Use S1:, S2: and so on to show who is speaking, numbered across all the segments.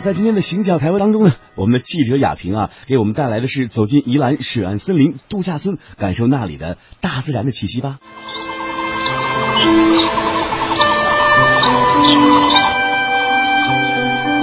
S1: 在今天的行脚台湾当中呢，我们的记者亚平啊，给我们带来的是走进宜兰水岸森林度假村，感受那里的大自然的气息吧。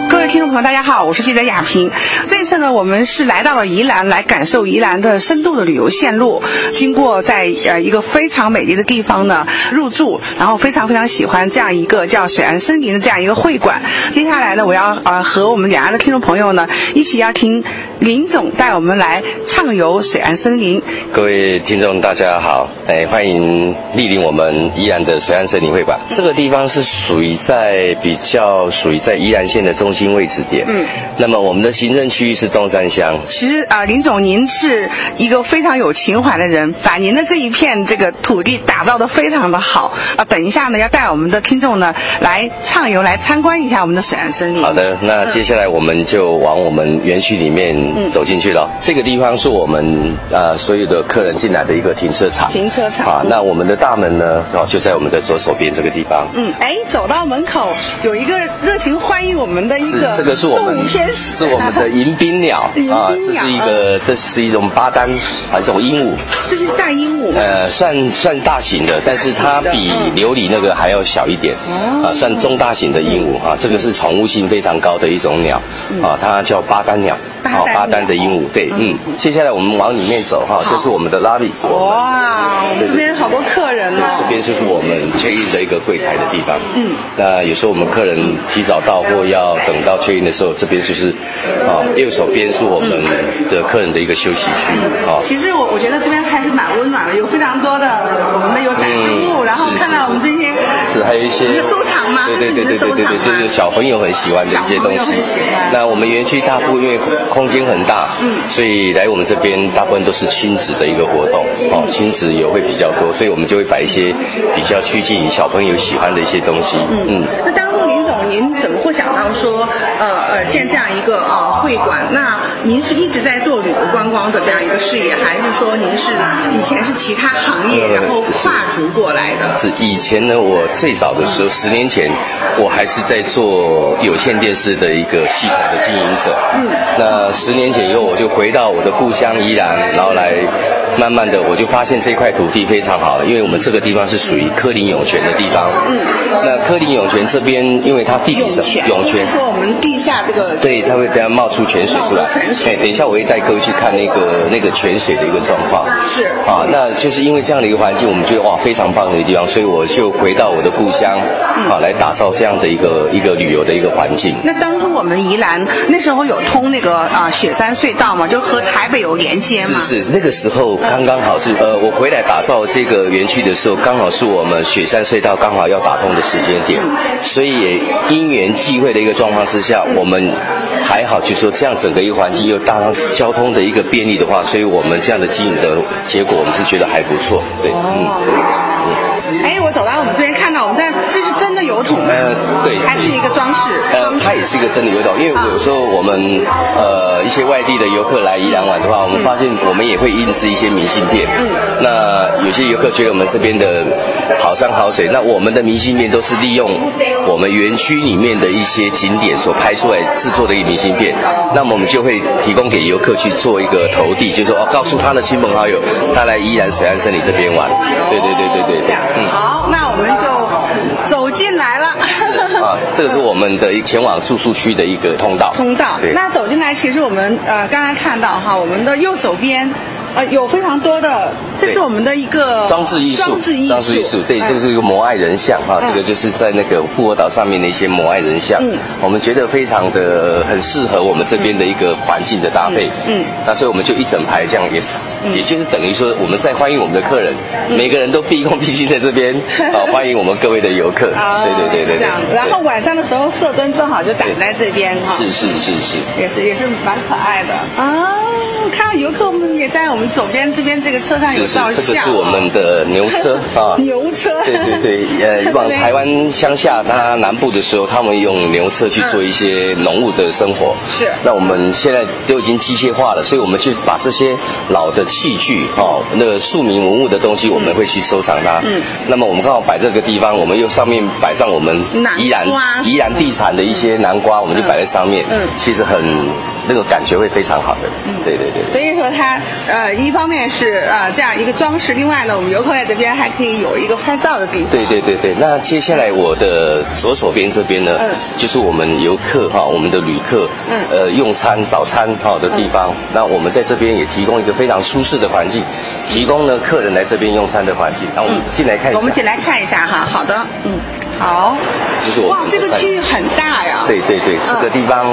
S2: 各位听众朋友，大家好，我是记者亚平。这次呢，我们是来到了宜兰，来感受宜兰的深度的旅游线路。经过在呃一个非常美丽的地方呢入住，然后非常非常喜欢这样一个叫水岸森林的这样一个会馆。接下来呢，我要呃和我们两岸的听众朋友呢一起要听林总带我们来畅游水岸森林。
S3: 各位听众，大家好，哎，欢迎莅临我们宜兰的水岸森林会馆。这个地方是属于在比较属于在宜兰县的中心位置点。
S2: 嗯，
S3: 那么我们的行政区域是东山乡。
S2: 其实啊、呃林总，您是一个非常有情怀的人，把您的这一片这个土地打造的非常的好啊、等一下呢，要带我们的听众呢来畅游，来参观一下我们的水岸森林。
S3: 好，的，
S2: 嗯
S3: 那接下来我们就往我们园区里面走进去了。这个地方是我们呃所有的客人进来的一个停车场。
S2: 停车场。
S3: 啊，那我们的大门呢，哦就在我们的左手边这个地方。
S2: 嗯，哎，走到门口有一个热情欢迎我们的一
S3: 是
S2: 个
S3: 这个是我
S2: 动
S3: 们
S2: 物天使，
S3: 是我们的迎宾鸟
S2: 迎宾鸟嗯
S3: 啊，这是一个这是一种巴丹还是一种 鹦鹉，
S2: 这是大鹦鹉。
S3: 呃，算算大型的，但是它
S2: 大型
S3: 比
S2: 的嗯
S3: 琉璃那个还要小一点，
S2: 哦
S3: 啊，算中大型的鹦鹉啊，这个是宠物性非常高的一种鸟
S2: 嗯，
S3: 啊，它叫巴丹鸟，啊
S2: 巴丹鸟
S3: 巴丹的鹦鹉，对，
S2: 嗯
S3: 嗯，接下来我们往里面走哈，
S2: 好
S3: 这是我们的拉比，
S2: 哇，我们这边好多客人呢、
S3: 这边就是我们 check in 的一个柜台的地方。
S2: 嗯，
S3: 那有时候我们客人提早到或要等到 check in 的时候，这边就是啊、右手边是我们的客人的一个休息区啊。
S2: 其实我我觉得这边还是蛮温暖的，有非常多的我们的有展示物，
S3: 嗯
S2: 然后
S3: 是
S2: 看
S3: 是
S2: 到我们这些
S3: 是，还有一些
S2: 你的收藏吗？
S3: 对对对
S2: 这
S3: 对
S2: 是
S3: 对
S2: 你的收藏
S3: 对对，
S2: 吗
S3: 就是小朋友很喜欢的一些东
S2: 小朋友
S3: 西
S2: 很喜欢。
S3: 那我们园区大部分因为空间很大，
S2: 嗯
S3: 所以来我们这边大部分都是亲子的一个活动，哦，亲子也会比较多，所以我们就会摆一些比较趋近于小朋友喜欢的一些东西，
S2: 嗯，那当初林总您怎么会想到说，呃呃建这样一个呃会馆？那您是一直在做旅游观光的这样一个事业，还是说您是以前是其他行业，
S3: 呃
S2: 然后跨足过来的？
S3: 是以前呢，我最早的时候，十年前，我还是在做有线电视的一个系统的经营者。
S2: 嗯
S3: 那十年前以后，我就回到我的故乡宜兰，然后来慢慢的，我就发现这块土地非常好，因为我们这个地方是属于科林涌泉的地方。
S2: 嗯
S3: 那科林涌泉这边，因为它地理
S2: 涌
S3: 上
S2: 泉，
S3: 涌泉
S2: 就是说我们地下这个
S3: 对，它会等下冒出泉水出来。
S2: 冒出泉水
S3: 哎，等一下我会带各位去看那个那个泉水的一个状况。
S2: 是
S3: 啊，那就是因为这样的一个环境，我们觉得哇非常棒的一个地方，所以我就回到我的故乡，
S2: 嗯
S3: 啊，来打造这样的一个一个旅游的一个环境。
S2: 那当初我们宜兰那时候有通那个啊、呃雪山隧道嘛，就和台北有连接嘛。
S3: 是是，那个时候刚刚好是呃，我回来打造这个园区的时候，刚好是我们雪山隧道刚好要打通的时间点，
S2: 嗯
S3: 所以也因缘际会的一个状况之下，我们还好，就说这样整个一个环境又搭上交通的一个便利的话，所以我们这样的经营的结果，我们是觉得还不错，对，
S2: 哦
S3: 嗯。
S2: 哎，我走到我们这边看到，我们这这是真的油桶吗？
S3: 呃对
S2: 还是一个装饰。
S3: 呃，它也是一个真的油桶，因为有时候我们呃一些外地的游客来宜兰玩的话，我们发现我们也会印制一些明信片。
S2: 嗯
S3: 那有些游客觉得我们这边的好山好水，那我们的明信片都是利用我们园区里面的一些景点所拍出来制作的一个明信片，那么我们就会提供给游客去做一个投递，就是说哦，告诉他的亲朋好友，他来宜兰水岸森林这边玩。对对对对对对，嗯。
S2: 好，那我们就走进来了。
S3: 啊，这个是我们的一前往住宿区的一个通道。
S2: 通道
S3: 对。。
S2: 那走进来，其实我们呃刚才看到哈，我们的右手边。呃，有非常多的，这
S3: 对
S2: 是我们的一个
S3: 装置艺术，
S2: 装置艺术，
S3: 装置艺术，对，
S2: 哎
S3: 这个是一个摩艾人像哈，
S2: 嗯
S3: 这个就是在那个护国岛上面的一些摩艾人像
S2: 嗯，
S3: 我们觉得非常的很适合我们这边的一个环境的搭配，
S2: 嗯嗯
S3: 那所以我们就一整排这样也是
S2: 嗯，
S3: 也就是等于说我们在欢迎我们的客人，每个人都毕恭毕敬在这 边啊，欢迎我们各位的游客，
S2: 啊，
S3: 对对对
S2: 这
S3: 对对
S2: 样。，然后
S3: 对
S2: 晚上的时候，射灯正好就打在这边哈，
S3: 是是是是。
S2: 也是也是蛮可爱的啊。看到游客，我们也在我们左边这边这个车上
S3: 这
S2: 有
S3: 个是
S2: 照
S3: 这
S2: 相。啊
S3: 个是我们的牛车啊，
S2: 牛车。
S3: 对对 对，呃，往台湾乡下它南部的时候，他们用牛车去做一些农务的生活。
S2: 是
S3: 那我们现在都已经机械化了，所以我们去把这些老的器具哦，那个庶民文物的东西，我们会去收藏它。
S2: 嗯。
S3: 那么我们刚好摆这个地方，我们又上面摆上我们
S2: 南瓜
S3: 宜兰宜兰地产的一些南瓜，我们就摆在上面。
S2: 嗯
S3: 其实很那个感觉会非常好的。
S2: 嗯
S3: 对对对。
S2: 所以说它呃，一方面是呃这样一个装饰，另外呢，我们游客在这边还可以有一个拍照的地方。
S3: 对对对对，那接下来我的左手边这边呢，
S2: 嗯
S3: 就是我们游客哈，我们的旅客，
S2: 嗯
S3: 呃，用餐早餐哈的地方。那我们在这边也提供一个非常舒适的环境，提供呢客人来这边用餐的环境。那我们进来看一
S2: 嗯
S3: 下，
S2: 我们进来看一下哈。好的，嗯，好。
S3: 就是我
S2: 哇
S3: 们，的
S2: 这个
S3: 餐
S2: 区域很大呀。
S3: 对对对，这个
S2: 嗯
S3: 地方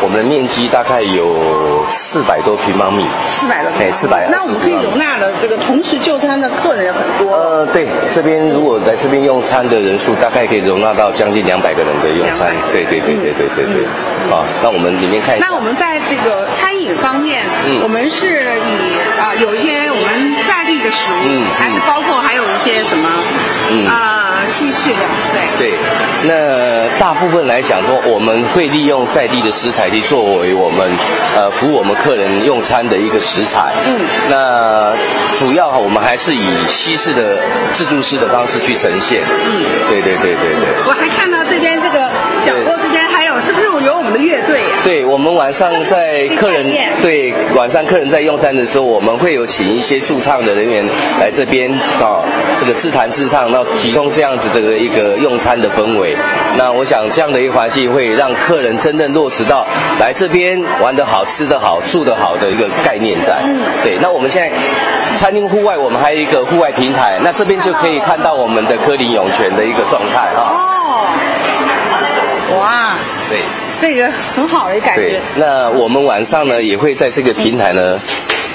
S3: 我们的面积大概有四百多平方米。
S2: 四百多平方
S3: 哎400
S2: 那我们可以容纳的这个同时就餐的客人也很多，
S3: 呃，对，这边如果来这边用餐的人数，大概可以容纳到将近两百个人的用餐
S2: 200。
S3: 对对对对对对对。啊，那我们里面看一
S2: 嗯
S3: 下。
S2: 那我们在这个餐饮方面，
S3: 嗯
S2: 我们是以啊、呃有一些我们在地的食物，
S3: 嗯嗯
S2: 还是包括还有一些什么
S3: 嗯
S2: 啊、西式的，对
S3: 对，那大部分来讲说，我们会利用在地的食材去作为我们呃服务我们客人用餐的一个食材。
S2: 嗯
S3: 那主要我们还是以西式的自助式的方式去呈现。
S2: 嗯
S3: 对对对对对。
S2: 我还看到这边这个角落这边还有，是不是有我们的乐队呀、
S3: 对，我们晚上在客人
S2: 可以看见
S3: 对晚上客人在用餐的时候，我们会有请一些驻唱的人员来这边啊、这个自弹自唱，那提供这样子的一个用餐的氛围。那我想这样的一个环境会让客人真正落实到来这边玩得好、吃得好、住得好的一个概念在。
S2: 嗯
S3: 对，那我们现在。餐厅户外，我们还有一个户外平台，那这边就可以看到我们的科林涌泉的一个状态啊。
S2: 哦，哇，
S3: 对。
S2: 这个很好的感
S3: 对
S2: 觉，，
S3: 那我们晚上呢也会在这个平台呢。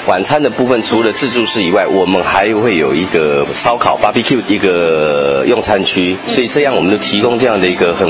S3: 晚餐的部分除了自助式以外，我们还会有一个烧烤 barbecue 一个用餐区，
S2: 嗯
S3: 所以这样我们就提供这样的一个很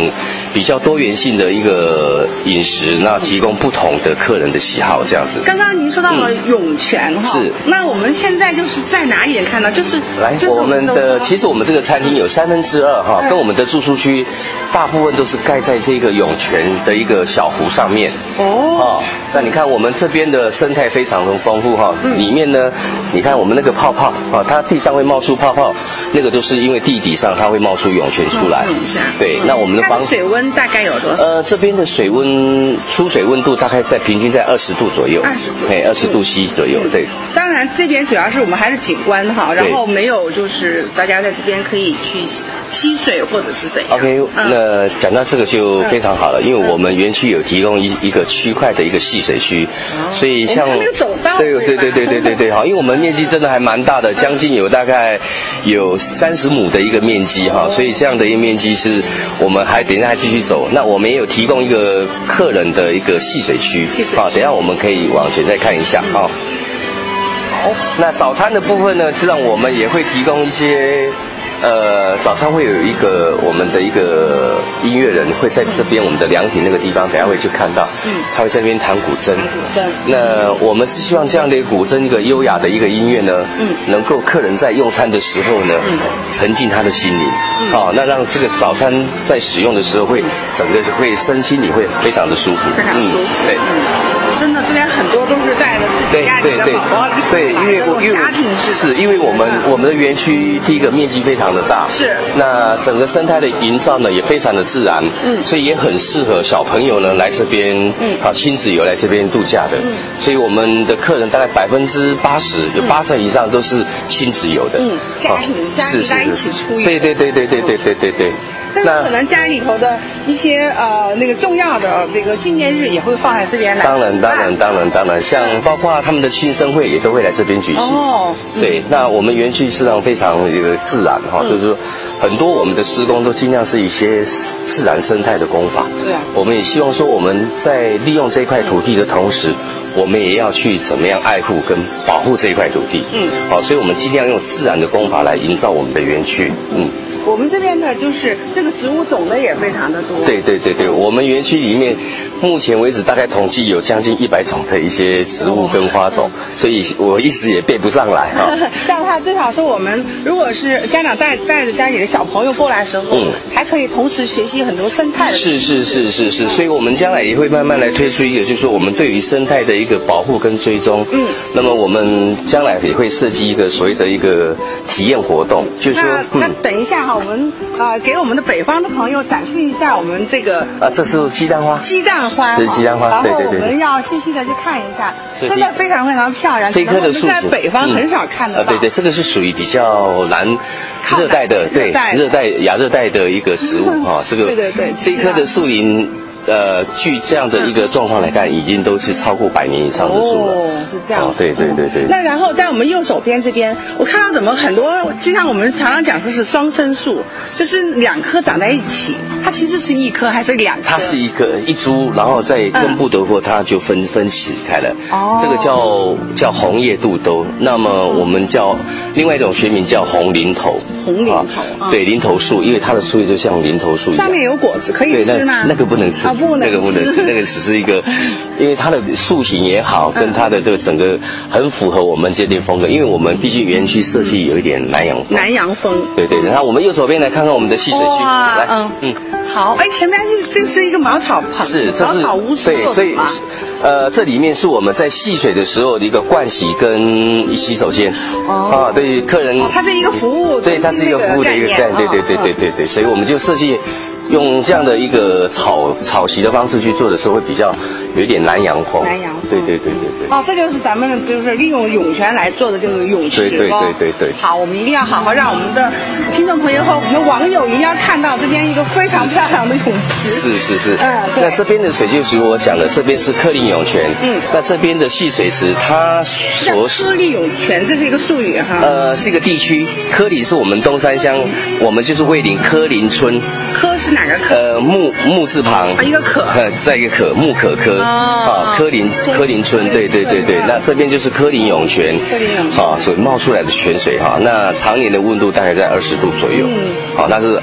S3: 比较多元性的一个饮食，那提供不同的客人的喜好这样子。
S2: 刚刚您说到了涌泉哈，
S3: 嗯是
S2: 那我们现在就是在哪里也看到，就是
S3: 来，
S2: 就是
S3: 我们的
S2: 周遭
S3: 其实我们这个餐厅有三分之二哈，
S2: 嗯
S3: 跟我们的住宿区大部分都是盖在这个涌泉的一个小湖上面。
S2: 哦
S3: 哦，那你看我们这边的生态非常的丰富哈、
S2: 嗯
S3: 里面呢，你看我们那个泡泡啊，它地上会冒出泡泡，那个都是因为地底上它会冒出涌泉出来。
S2: 嗯是啊
S3: 对，
S2: 嗯
S3: 那我们的
S2: 它
S3: 房
S2: 的水温大概有多少？
S3: 呃，这边的水温出水温度大概在平均在二十度左
S2: 20
S3: 右，
S2: 度
S3: 哎，二十度 C 左右，对。
S2: 当然，这边主要是我们还是景观哈，然
S3: 对
S2: 后没有就是大家在这边可以去吸水或者是怎样。
S3: OK，、
S2: 嗯、
S3: 那讲到这个就非常好了，因为我们园区有提供一一个区块的一个戏水区，所以像
S2: 我们还没有走到
S3: 对
S2: 对吧
S3: 对对对对对对，好，因为我们面积真的还蛮大的，将近有大概有三十亩的一个面积哈，所以这样的一个面积是我们还等一下还继续走，那我们也有提供一个客人的一个戏水区
S2: 戏水区
S3: 好，等一下我们可以往前再看一下啊。
S2: 好，
S3: 那早餐的部分呢，实际上我们也会提供一些，呃，早上会有一个我们的一个音乐人会在这边我们的凉亭那个地方，等一下会去看到，
S2: 嗯
S3: 他会在那边弹古筝。
S2: 古筝
S3: 那我们是希望这样的一个古筝一个优雅的一个音乐呢，
S2: 嗯
S3: 能够客人在用餐的时候呢，
S2: 嗯
S3: 沉浸他的心灵，
S2: 嗯
S3: 哦，那让这个早餐在使用的时候会整个会身心里会非常的舒服，
S2: 非常舒服。
S3: 嗯、对。
S2: 嗯真的，这边很多都是带着自
S3: 对
S2: 己家
S3: 对
S2: 里的
S3: 对
S2: 宝宝一，起
S3: 对，因
S2: 来
S3: 为
S2: 的那
S3: 我
S2: 种
S3: 因为
S2: 家庭式的。
S3: 是因为我们
S2: 嗯
S3: 我们的园区第一个面积非常的大，
S2: 是
S3: 那整个生态的营造呢也非常的自然，
S2: 嗯
S3: 所以也很适合小朋友呢来这边，
S2: 嗯
S3: 啊亲子游来这边度假的，
S2: 嗯
S3: 所以我们的客人大概百分之八十有八成以上都是亲子游的，
S2: 嗯家
S3: 啊
S2: 庭家
S3: 是
S2: 庭大家
S3: 是
S2: 一起
S3: 是
S2: 出游嗯
S3: 对对对对对对对对对，
S2: 甚至可能家里头的一些呃那个重要的这个纪念日也会放在这边来举嗯
S3: 当
S2: 办。
S3: 然，当然，当然，当然，像包括他们的庆生会也都会来这边举行。
S2: 哦嗯
S3: 对，那我们园区实际上非常这个自然哈，
S2: 嗯
S3: 就是说很多我们的施工都尽量是一些自然生态的工法。
S2: 是啊
S3: 我们也希望说我们在利用这块土地的同时。我们也要去怎么样爱护跟保护这一块土地，
S2: 嗯
S3: 好，所以我们尽量用自然的工法来营造我们的园区，嗯，
S2: 我们这边的就是这个植物种的也非常的多。
S3: 对对对对，我们园区里面目前为止大概统计有将近一百种的一些植物跟花种，
S2: 嗯
S3: 所以我一时也背不上来哈、
S2: 但它至少说，我们如果是家长带带着家里的小朋友过来的时候，
S3: 嗯
S2: 还可以同时学习很多生态的。
S3: 是是是是是，所以我们将来也会慢慢来推出一个，就是说我们对于生态的一个保护跟追踪。
S2: 嗯
S3: 那么我们将来也会设计一个所谓的一个体验活动，就是说嗯
S2: 那，那等一下哈，我们呃给我们的北方的朋友展示一下我们这个呃
S3: 啊，这是鸡蛋花，
S2: 鸡蛋花，
S3: 对鸡蛋花
S2: 然后
S3: 对对
S2: 我
S3: 对
S2: 们要细细的去看一下，
S3: 这
S2: 真的非常非常漂亮。
S3: 这一
S2: 可能
S3: 棵
S2: 我
S3: 的
S2: 们
S3: 树
S2: 在
S3: 属
S2: 北方
S3: 嗯
S2: 很少看得
S3: 啊
S2: 到。
S3: 对对，这个是属于比较南
S2: 靠南
S3: 热带的，对
S2: 热带的
S3: 热带亚热带的一个 植物哈，这个
S2: 对对对
S3: 这一棵的树龄。呃，据这样的一个状况来看，已经都是超过百年以上的树了。
S2: 哦，是这样。
S3: 哦对对对对
S2: 嗯那然后在我们右手边这边，我看到怎么很多，就像我们常常讲说是双生树，就是两棵长在一起，它其实是一棵还是两棵？
S3: 它是一个一株，然后在根部的话，它就分分起开了。
S2: 哦
S3: 这个叫叫红叶肚兜，那么我们叫另外一种学名叫红林头。
S2: 红林头啊
S3: 对，林头树，因为它的树叶就像林头树一样
S2: 上。面有果子可以
S3: 对，
S2: 吃吗
S3: 那？那个不能吃，
S2: 啊，不能，
S3: 那个不能吃，那个只是一个，因为它的塑形也好，跟它的这个整个很符合我们鉴定风格，因为我们毕竟园区设计有一点南洋风。
S2: 南洋风。哦
S3: 对对，对然后我们右手边来看看我们的戏水区，来，
S2: 嗯好，哎，前面是这是一个茅草棚，
S3: 是，这
S2: 茅
S3: 是
S2: 草屋是
S3: 对，
S2: 做
S3: 所
S2: 什
S3: 以
S2: 么啊？
S3: 呃，这里面是我们在戏水的时候的一个盥洗跟洗手间。
S2: 哦
S3: 啊，对，客人
S2: 哦，它是一个服务，
S3: 对，它是一个服务的一个概
S2: 概念
S3: 念，对对对
S2: 嗯
S3: 对。
S2: 嗯
S3: 对对，所以我们就设计用这样的一个草草席的方式去做的时候，会比较有一点南洋风。
S2: 南洋风
S3: 哦对对对对对。
S2: 哦，这就是咱们就是利用涌泉来做的这个泳池
S3: 对对
S2: 咯
S3: 对对对
S2: 好，我们一定要好好让我们的听众朋友和我们的网友一定要看到这边一个非常漂亮的泳池。
S3: 是是是，
S2: 嗯对
S3: 那这边的水就是我讲的，这边是克林涌泉，
S2: 嗯啊
S3: 那这边的戏水池，它
S2: 像
S3: 所属
S2: 颗粒涌泉，这是一个术语哈。
S3: 呃，是一个地区，科林是我们东山乡，我们就是卫林科林村，
S2: 科是哪个科？
S3: 呃，木木字旁
S2: 啊，一个可
S3: 呃，再一个可，木可科，
S2: 哦
S3: 科林
S2: 中
S3: 科林村，对对对对
S2: 嗯，
S3: 那这边就是科林涌泉，
S2: 科林涌泉
S3: 啊，所冒出来的泉水哈，那常年的温度大概在二十度左右
S2: 嗯，
S3: 好，那是。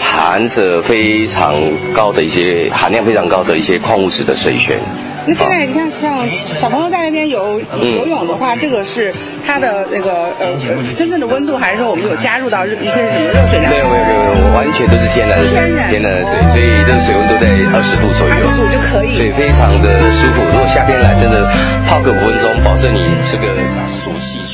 S3: 含着非常高的一些含量非常高的一些矿物质的水泉，
S2: 那现在你看，像小朋友在那边游
S3: 嗯
S2: 游泳的话，这个是它的那个呃呃真正的温度，还是说我们有加入到一些什么热水
S3: 没
S2: 来？
S3: 有没有没有没有，我完全都是天然的水
S2: 天然，
S3: 天然的水，所以这个水温都在二十度左右，
S2: 20度就可以
S3: 所以非常的舒服。如果夏天来，真的泡个五分钟，保证你这个暑气全。啊